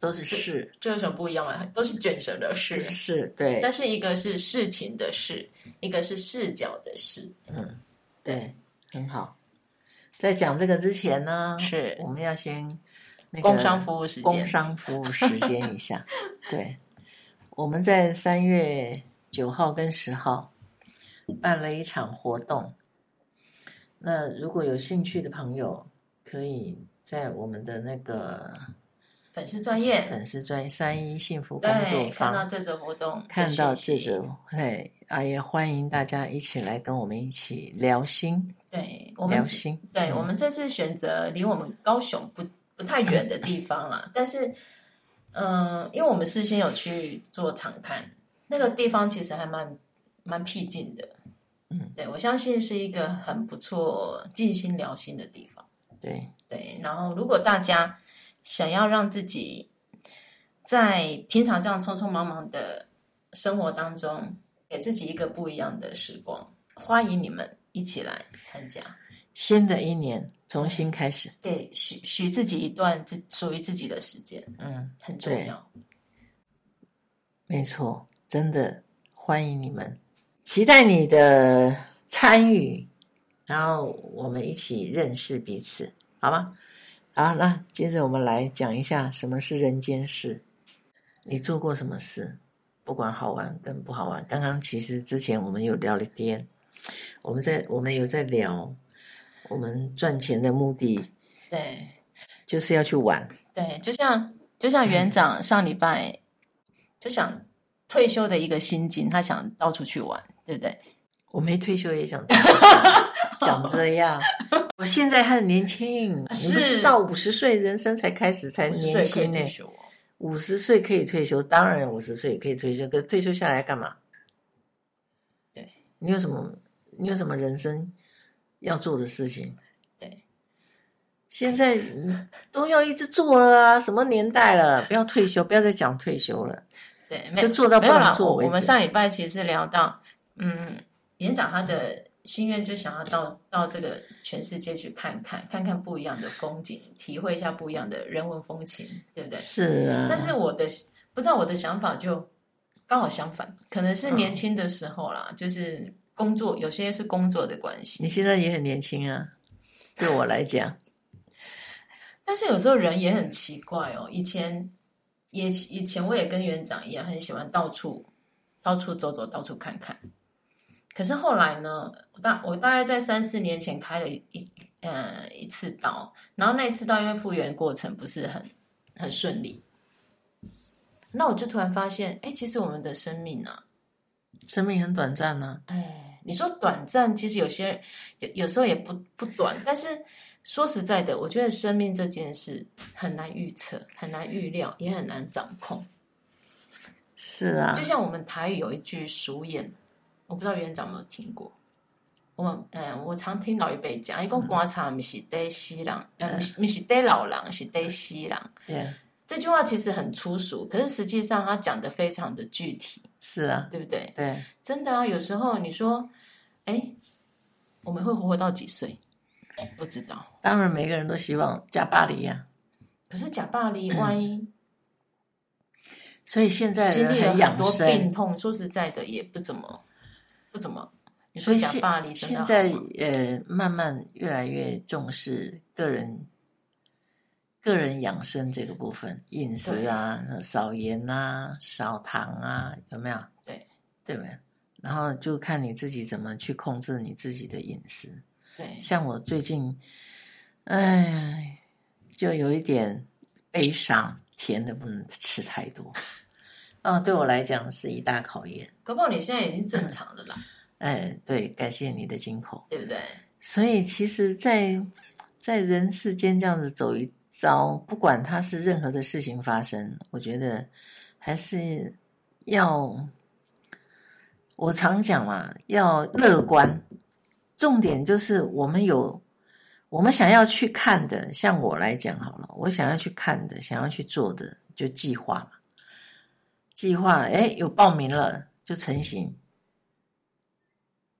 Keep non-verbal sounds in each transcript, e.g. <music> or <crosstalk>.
都是事，这有什么不一样吗？都是卷舌的事，是对但是一个是事情的事，一个是视角的事，对，很好。在讲这个之前呢，是我们要先那个工商服务时工间。商服务时间 <laughs> 一下。对，我们在三月九号跟十号办了一场活动。那如果有兴趣的朋友，可以在我们的那个粉丝专业，粉丝专三一幸福工作对，看到坊这则活动的看到讯这息则，对啊，也欢迎大家一起来跟我们一起聊心，对我们聊心。对、嗯我们这次选择离我们高雄不不太远的地方啦，但是，嗯、因为我们事先有去做场看，那个地方其实还蛮蛮僻静的，嗯，对我相信是一个很不错静心疗心的地方。对对，然后如果大家想要让自己在平常这样匆匆忙忙的生活当中，给自己一个不一样的时光，欢迎你们一起来参加。新的一年重新开始，对，许许自己一段自属于自己的时间嗯。很重要。没错，真的欢迎你们，期待你的参与，然后我们一起认识彼此，好吗？好，那接着我们来讲一下什么是人间事。你做过什么事？不管好玩跟不好玩，刚刚其实之前我们有聊了天，我们在我们有在聊，我们赚钱的目的对就是要去玩，对，就像就像嗯园长上礼拜就想退休的一个心境，他想到处去玩，对不对？我没退休 <laughs> 也想 <laughs> 长这样，我现在还很年轻，你不啊是知道五十岁人生才开始才五十年岁可以轻呢、欸退休哦，五十岁可以退休，当然五十岁也可以退休，可退休下来干嘛？对你有什么？你有什么人生要做的事情？对现在嗯都要一直做了啊！什么年代了？不要退休，不要再讲退休了，对，没就做到不没有能啦。做我为我们止。上礼拜其实聊到，嗯，园长他的心愿就想要到到这个全世界去看看，看看不一样的风景，体会一下不一样的人文风情，对不对？是啊，但是我的不知道我的想法就刚好相反，可能是年轻的时候啦，就是工作有些是工作的关你系，现在也很年轻啊，对我来讲。但是有时候人也很奇怪哦。以前也以前我也跟园长一样，很喜欢到处到处走走，到处看看。可是后来呢，我大我大概在三四年前开了一一呃一次刀，然后那一次刀因为复原过程不是很很顺利，那我就突然发现，哎，其实我们的生命啊，生命很短暂呢、哎，你说短暂，其实有些有有时候也不不短，但是说实在的，我觉得生命这件事很难预测，很难预料，也很难掌控。是啊就，像我们台语有一句俗谚，我不知道园长有没有听过。我们嗯，我常听老一辈讲，一哎共观察不是得西人，呃，不是不是得老人，是得西人。对，这句话其实很粗俗，可是实际上他讲的非常的具体，是啊，对不对？对，真的啊，有时候你说，哎，我们会活到几岁？不知道。当然每个人都希望加巴黎呀、可是假巴黎，万一嗯所以现在经人历了很养多病生，痛，说实在的，也不怎么，不怎么。你所说以假现巴黎真的现好啊在吗呃慢慢越来越重视个人个人养生这个部分，饮食啊，呃少盐啊，少糖啊，有没有？对，对没有？然后就看你自己怎么去控制你自己的饮食。对像我最近，哎，就有一点悲伤，甜的不能吃太多， <laughs> 啊、对我来讲是一大考验。搞不好你现在已经正常了啦，哎，对，感谢你的金口。对不对？所以其实在，在人世间这样子走一遭，不管它是任何的事情发生，我觉得还是要我常讲嘛，要乐观，重点就是我们有我们想要去看的，像我来讲好了，我想要去看的，想要去做的，就计划嘛，计划，哎，有报名了就成型。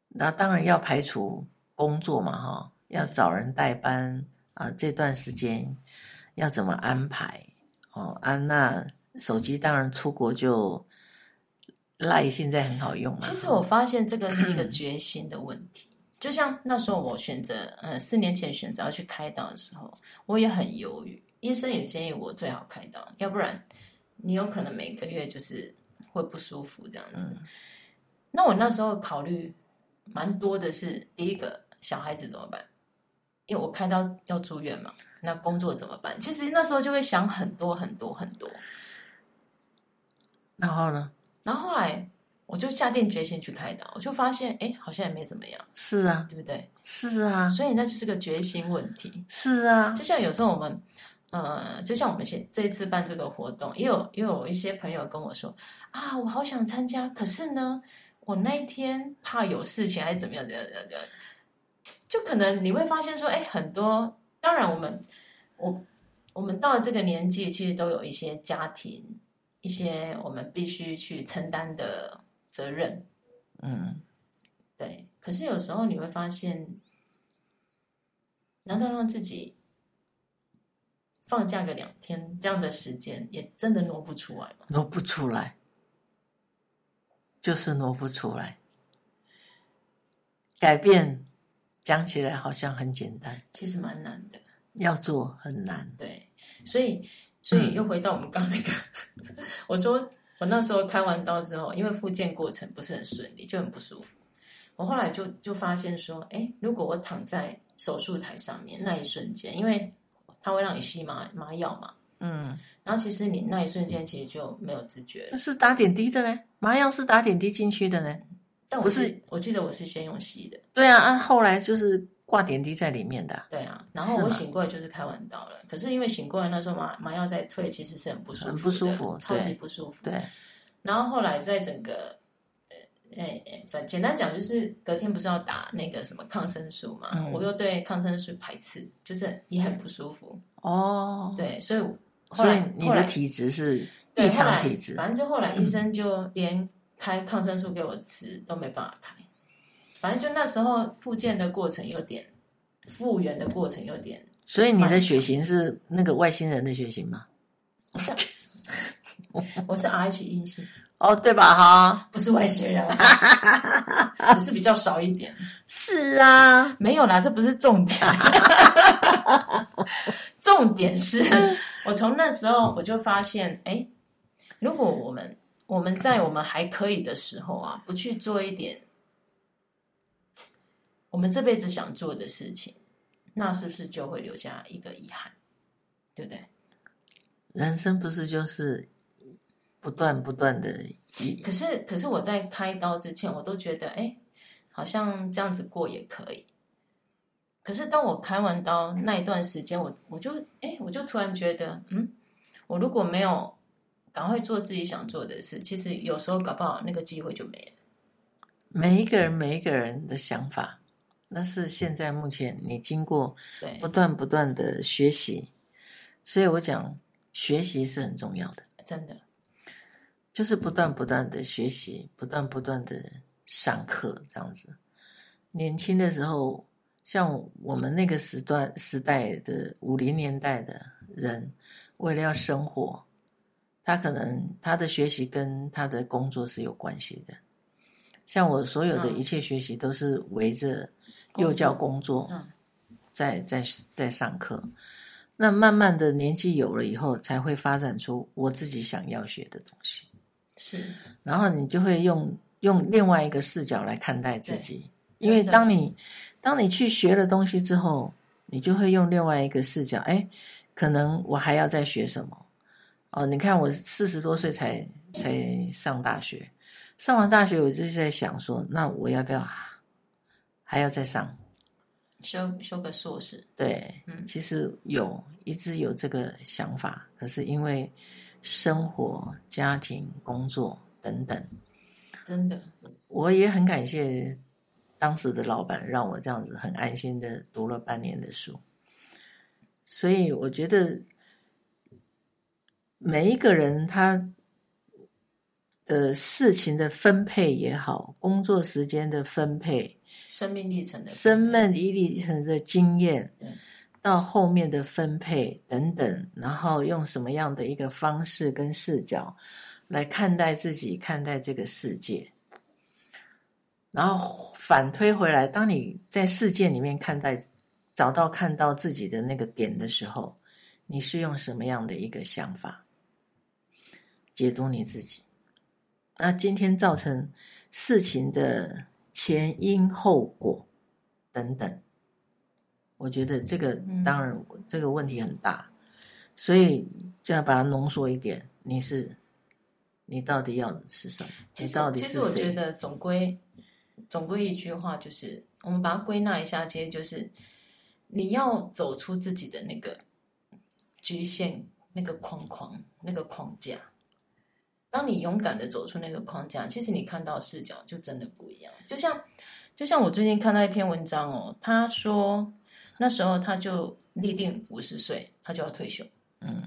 那当然要排除工作嘛，哈，要找人代班啊，这段时间要怎么安排？哦，安、娜手机当然出国就赖，现在很好用嘛。其实我发现这个是一个决心的问题。就像那时候我选择，呃，四年前选择要去开刀的时候，我也很犹豫。医生也建议我最好开刀，要不然你有可能每个月就是会不舒服这样子。那我那时候考虑蛮多的是，第一个小孩子怎么办？因为我开刀要住院嘛，那工作怎么办？其实那时候就会想很多很多很多。然后呢？然后后来我就下定决心去开刀，我就发现，哎，好像也没怎么样，是啊，对不对？是啊，所以那就是个决心问题。是啊，就像有时候我们，呃，就像我们现这一次办这个活动，也有也有一些朋友跟我说啊，我好想参加，可是呢，我那一天怕有事情还是怎么样，怎么样怎么样怎么样，就可能你会发现说，哎，很多，当然我们我我们到了这个年纪，其实都有一些家庭，一些我们必须去承担的责任，嗯，对，可是有时候你会发现，难道让自己放假个两天这样的时间，也真的挪不出来吗？挪不出来，就是挪不出来。改变讲起来好像很简单，其实蛮难的。要做很难。对，所以，所以又回到我们刚刚那个， <laughs> 我说我那时候开完刀之后，因为复健过程不是很顺利，就很不舒服。我后来就就发现说，哎，如果我躺在手术台上面那一瞬间，因为它会让你吸麻麻药嘛，嗯，然后其实你那一瞬间其实就没有知觉了那。是打点滴的呢，麻药是打点滴进去的呢。但我不是是我记得我是先用吸的，对啊，啊，后来就是挂点滴在里面的啊、对啊，然后是吗我醒过来就是开完刀了。可是因为醒过来那时候麻麻药在退，其实是很不舒服的，很不舒服超级对不舒服。对，然后后来在整个呃，哎、哎反简单讲就是隔天不是要打那个什么抗生素嘛，嗯我又对抗生素排斥，就是也很不舒服。哦，对，所以我后所以来你后来的体质是对异后来常体质，嗯反正就后来医生就连开抗生素给我吃都没办法开，反正就那时候复健的过程有点，复原的过程有点，所以你的血型是那个外星人的血型吗？我是 RH 阴性，哦，对吧？哈，不是外星人，啊 <laughs> 只是比较少一点。是啊，没有啦，这不是重点，重点是我从那时候我就发现，哎，如果我们我们在我们还可以的时候啊，不去做一点我们这辈子想做的事情，那是不是就会留下一个遗憾？对不对？人生不是就是不断不断的一可是，可是我在开刀之前，我都觉得，哎，好像这样子过也可以。可是当我开完刀那一段时间，我我就哎，我就突然觉得，嗯，我如果没有赶快做自己想做的事，其实有时候搞不好那个机会就没了。每一个人每一个人的想法，那是现在目前你经过对不，断不断的学习，所以我讲学习是很重要的。真的，就是不断不断的学习，不断不断的上课，这样子。年轻的时候，像我们那个时段时代的五零年代的人，为了要生活，他可能他的学习跟他的工作是有关系的。像我所有的嗯一切学习都是围着幼教工作，嗯在在在上课。那慢慢的年纪有了以后，才会发展出我自己想要学的东西。是然后你就会用用另外一个视角来看待自己，因为真的当你当你去学了东西之后，你就会用另外一个视角，哎，可能我还要再学什么？哦，你看我四十多岁才才上大学，上完大学我就在想说，那我要不要还要再上？修修个硕士，对，嗯其实有一直有这个想法，可是因为生活、家庭、工作等等，真的我也很感谢当时的老板，让我这样子很安心的读了半年的书。所以我觉得每一个人他的事情的分配也好，工作时间的分配，生命历程的生命历程的经验对，到后面的分配等等，然后用什么样的一个方式跟视角来看待自己，看待这个世界，然后反推回来，当你在世界里面看待，找到看到自己的那个点的时候，你是用什么样的一个想法解读你自己？那今天造成事情的前因后果等等，我觉得这个嗯当然这个问题很大，所以就要把它浓缩一点。你是你到底要的是什么？其你实到，底其是实我谁觉得总归总归一句话就是，我们把它归纳一下，其实就是你要走出自己的那个局限、那个框框、那个框架。当你勇敢的走出那个框架，其实你看到视角就真的不一样。就像就像我最近看到一篇文章哦，他说那时候他就立定五十岁，他就要退休。嗯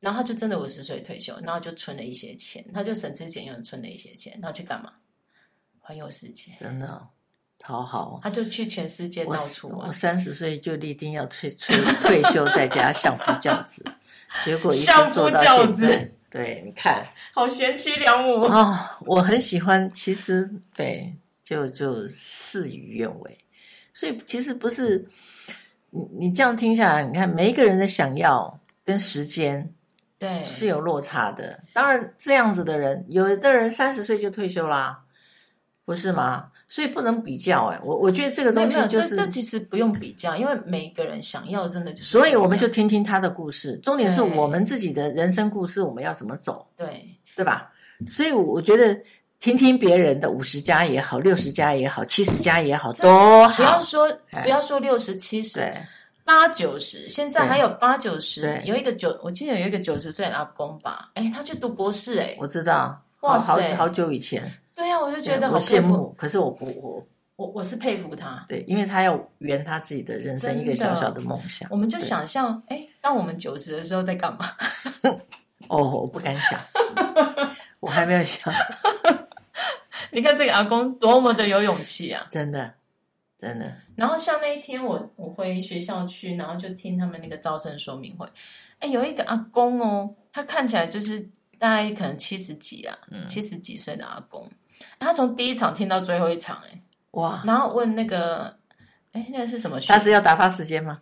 然后他就真的五十岁退休，然后就存了一些钱，他就省吃俭用地存了一些钱，然后去干嘛？环游世界，，真的哦好好哦。他就去全世界我到处玩我。三十岁就立定要退退退休在 <laughs> 家相夫教子，结果一直相夫做到教现子在。对，你看，好贤妻良母，哦，我很喜欢，其实对，就就事与愿违，所以其实不是你你这样听下来，你看每一个人的想要跟时间对，是有落差的。当然，这样子的人，有的人三十岁就退休啦，不是吗？所以不能比较、哎，我我觉得这个没有东没西有，这就是，这其实不用比较，因为每一个人想要真的就是不一样，所以我们就听听他的故事。重点是对我们自己的人生故事，我们要怎么走。对对吧？所以我觉得听听别人的五十家也好，六十家也好，七十家也好，都不要好。说哎不要说六十七十对，八九十，现在对还有八九十对，有一个九，我记得有一个九十岁的阿公吧，哎，他去读博士，哎，我知道，哇好好塞好久以前，对呀，我就觉得对好我佩羡服，慕，可是我不，我我我是佩服他，对，因为他要圆他自己的人生真一个的小小的梦想。我们就对想象，哎，当我们九十的时候在干嘛？ <laughs> 哦，我不敢想， <laughs> 我还没有想，你看这个阿公多么的有勇气啊！真的，真的，然后像那一天我我回学校去，然后就听他们那个招生说明会，哎，有一个阿公哦，他看起来就是大概可能七十几啊，嗯七十几岁的阿公，哎他从第一场听到最后一场，哎，哇，然后问那个，哎，那个是什么学他？是要打发时间吗？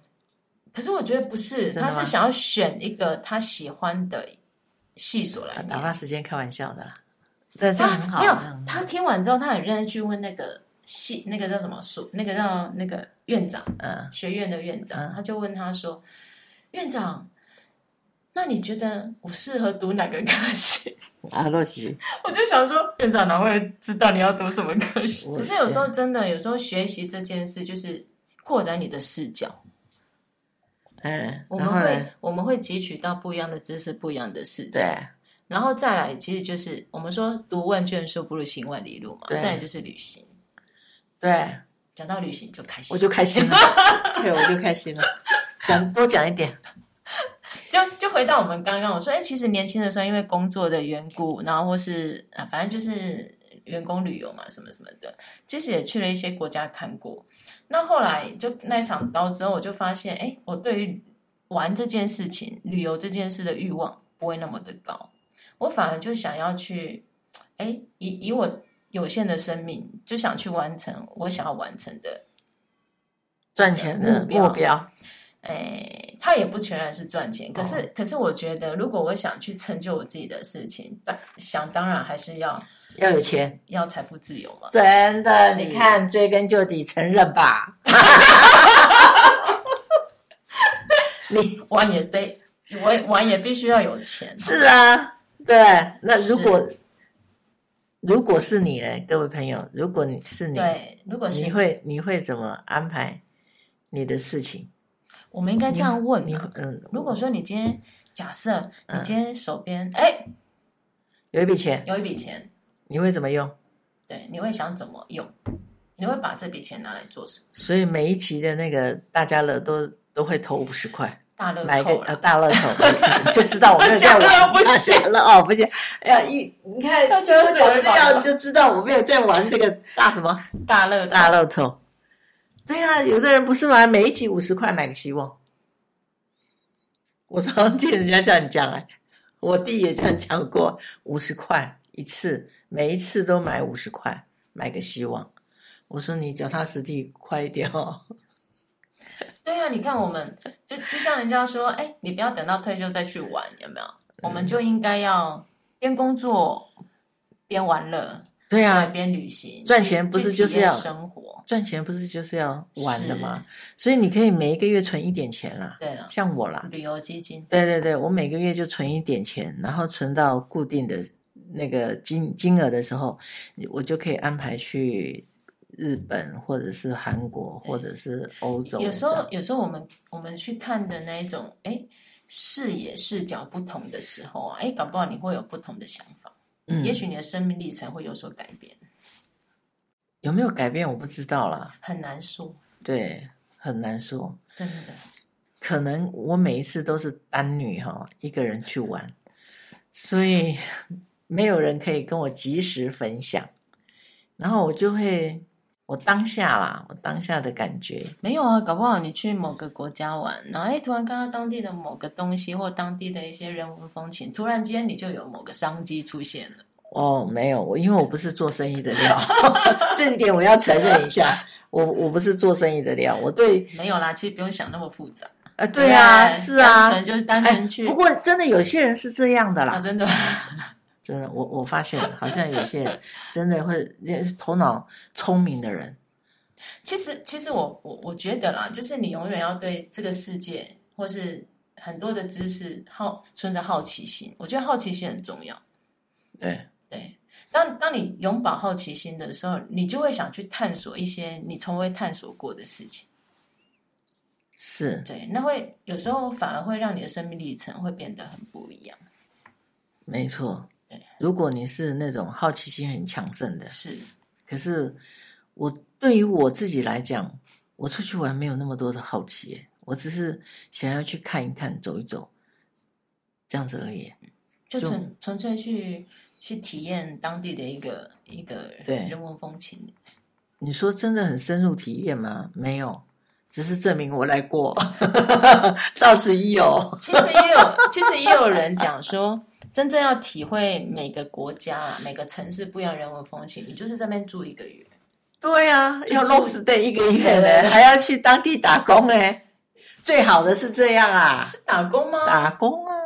可是我觉得不是，真的他吗是想要选一个他喜欢的系所来啊念打发时间开玩笑的啦，但这他很好，啊啊没有这很，好他听完之后，他很认真去问那个系那个叫什么属那个叫那个院长，嗯学院的院长，嗯他就问他说：“院长，那你觉得我适合读哪个科系 <laughs> 阿啊洛奇，？”我就想说，院长哪会知道你要读什么科系？我可是有时候真的，有时候学习这件事就是扩展你的视角，嗯，我然们后呢会？我们会汲取到不一样的知识，不一样的视角。对，然后再来，其实就是我们说读万卷书不如行万里路嘛。对再来就是旅行，对。讲到旅行就开心，我就开心了， <laughs> 对，我就开心 <laughs> 了。讲多讲一点，就就回到我们刚刚我说，哎、其实年轻的时候因为工作的缘故，然后或是啊，反正就是员工旅游嘛，什么什么的，其实也去了一些国家看过。那后来就那一场刀之后，我就发现，哎、我对于玩这件事情、旅游这件事的欲望不会那么的高，我反而就想要去，哎、以以我有限的生命，就想去完成我想要完成的赚钱的目标目标，哎，它也不全然是赚钱，可是、哦可是我觉得，如果我想去成就我自己的事情，当想当然还是要要有钱，要财富自由嘛。真的，是你看追根究底，承认吧。 <laughs> 你玩也得玩玩也必须要有钱，是啊，对。那是如果如果是你嘞，各位朋友，如果你是你，对。如果你是会你会怎么安排你的事情？我们应该这样问你啊会嗯，如果说你今天假设你嗯今天手边哎、有一笔钱，有一笔钱，你会怎么用？对，你会想怎么用？你会把这笔钱拿来做什么？所以每一期的那个大家乐都都会投五十块，大乐买个透呃了，大乐透， <laughs> 对就知道我没有在大家乐玩。不行大家乐哦，不行，哎呀，一你看大我家乐讲谁会这玩样啊你就知道我没有在玩这个大什么大乐透大乐透。对啊，有的人不是吗？每一期五十块买个希望。我常常见人家这样讲哎，我弟也这样讲过，五十块一次，每一次都买五十块，买个希望。我说你脚踏实地，快一点哦。对啊，你看我们就就像人家说，哎，你不要等到退休再去玩，有没有？我们嗯就应该要边工作边玩乐，对啊，对边旅行，赚去钱不去是体就是验要生活？赚钱不是就是要玩的吗？所以你可以每一个月存一点钱啦，对了，像我啦，旅游基金，对对对，我每个月就存一点钱，然后存到固定的那个金金额的时候，我就可以安排去日本或者是韩国对或者是欧洲这样。有时候有时候我们我们去看的那一种，哎，视野视角不同的时候啊，哎，搞不好你会有不同的想法，嗯也许你的生命历程会有所改变，有没有改变我不知道啦，很难说，对，很难说。真的。可能我每一次都是单女哈，一个人去玩，所以没有人可以跟我及时分享。然后我就会，我当下啦，我当下的感觉，没有啊，搞不好你去某个国家玩，然后哎，突然看到当地的某个东西或当地的一些人文风情，突然间你就有某个商机出现了。哦，没有，我因为我不是做生意的料， <laughs> 这一点我要承认一下，我我不是做生意的料，我对，没有啦，其实不用想那么复杂。呃，对啊，不是啊单，纯就是单哎纯，去。不过真的有些人是这样的啦，啊，真的，真的，我我发现好像有些 <laughs> 人真的会头脑聪明的人，其实其实我我我觉得啦，就是你永远要对这个世界或是很多的知识好存着好奇心，我觉得好奇心很重要。对。对，当当你永葆好奇心的时候，你就会想去探索一些你从未探索过的事情。是，对，那会有时候反而会让你的生命历程会变得很不一样。没错对。如果你是那种好奇心很强盛的，是，可是我对于我自己来讲，我出去玩没有那么多的好奇耶，我只是想要去看一看、走一走，这样子而已。就就纯纯粹去去体验当地的一个一个对人文风情。你说真的很深入体验吗？没有，只是证明我来过， <laughs> 到此一游。其实也有，其实也有人讲说，真正要体会每个国家、啊、每个城市不一样人文风情，你就是在那边住一个月。对呀、啊，要是 long stay 一个对月呢，还要去当地打工哎。最好的是这样啊，是打工吗？打工啊。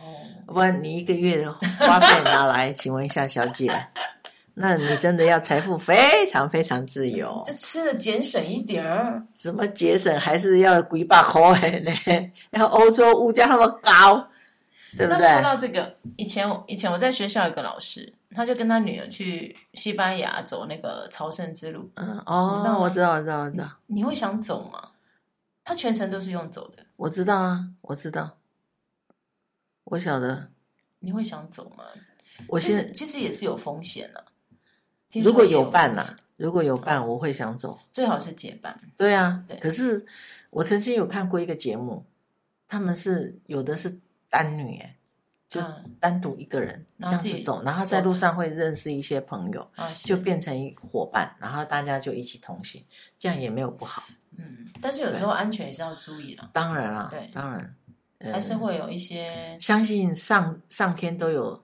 哦，不然你一个月的花费拿来，请问一下小姐， <laughs> 那你真的要财富非常非常自由就，吃的节省一点儿。怎么节省还是要几百块呢？ <laughs> 然后哎欧洲物价那么高，对不那对？说到这个，以前我以前我在学校有一个老师，他就跟他女儿去西班牙走那个朝圣之路，嗯，哦，你知道吗我知道，我知道，我知道，你会想走吗？他全程都是用走的，我知道啊，我知道，我晓得。你会想走吗？我其现实其实也是有风险的、听说如果也有有伴呐、风险如果有伴，我会想走。最好是结伴。对啊，对可是我曾经有看过一个节目，他们是有的是单女、欸，就嗯单独一个人这然后样自己子走，然后在路上会认识一些朋友，啊，就是变成一伙伴，然后大家就一起同行，这样也没有不好。嗯，但是有时候安全也是要注意啦，当然啦，对当然，呃还是会有一些相信上上天都有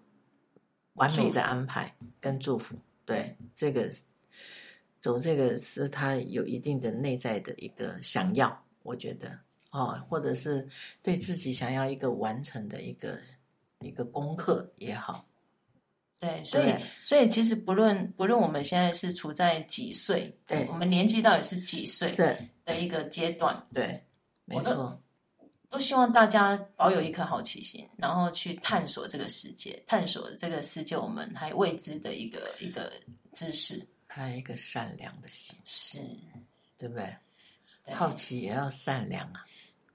完美的安排跟祝福。对，这个走这个是他有一定的内在的一个想要，我觉得哦，或者是对自己想要一个完成的一个一个功课也好，对，所以对所以其实不论不论我们现在是处在几岁，对我们年纪到底是几岁是，的一个阶段，对，没我的错，都希望大家保有一颗好奇心，然后去探索这个世界，探索这个世界我们还未知的一个一个知识。还有一个善良的心，是，对不对？对好奇也要善良 <laughs>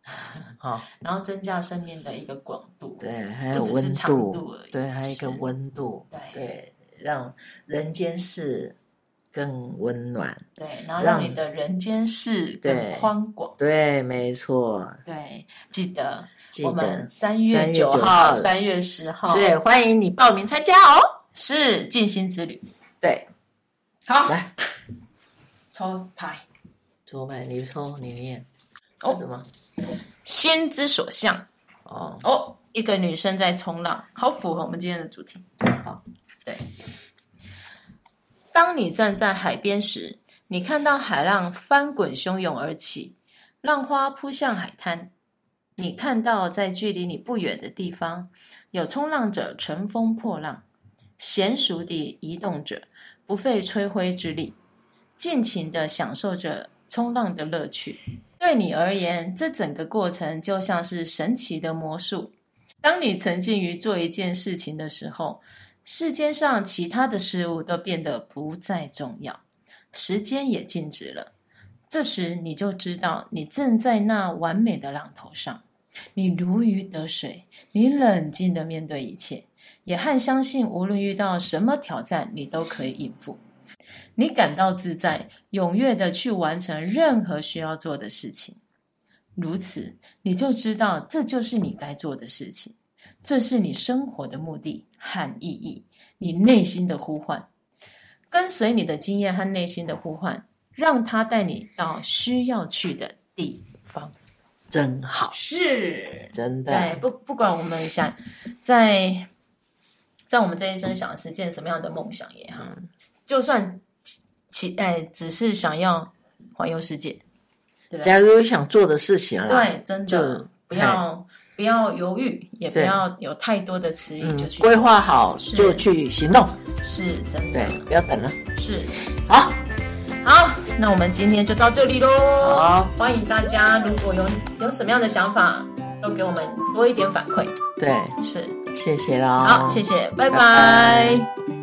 啊，好、然后增加生命的一个广度。对，还有不只是温长度，度而已对，还有一个是温度，对对，让人间事更温暖。对，然后让让你的人间事更对宽广。对，没错，对，记得记我得们哦三3月月九9号、号三月十号，对，欢迎你报名参加哦。是静心之旅。对，好，来，抽牌。左买你抽，你念。哦哦，什么？心之所向哦，哦，一个女生在冲浪，好符合我们今天的主题。好，对。当你站在海边时，你看到海浪翻滚汹涌而起，浪花扑向海滩。你看到在距离你不远的地方，有冲浪者乘风破浪，娴熟地移动着，不费吹灰之力，尽情地享受着冲浪的乐趣。对你而言，这整个过程就像是神奇的魔术。当你沉浸于做一件事情的时候，世间上其他的事物都变得不再重要，时间也静止了。这时你就知道，你正在那完美的浪头上，你如鱼得水，你冷静地面对一切，也和相信无论遇到什么挑战，你都可以应付。你感到自在，踊跃地去完成任何需要做的事情。如此，你就知道这就是你该做的事情，这是你生活的目的和意义，你内心的呼唤。跟随你的经验和内心的呼唤，让它带你到需要去的地方。真好，是，真对，的，不不管我们想在在我们这一生想实现什么样的梦想也好，嗯就算其哎只是想要环游世界，对不对？假如有想做的事情啊啦，对，真的嗯就不要不要犹豫，也不对要有太多的迟疑，就嗯，去规划好是就去行动，是真对的，不要等了。是好，好，那我们今天就到这里喽。好，欢迎大家，如果有有什么样的想法，都给我们多一点反馈。对，是，谢谢啦。好，谢。谢，拜拜拜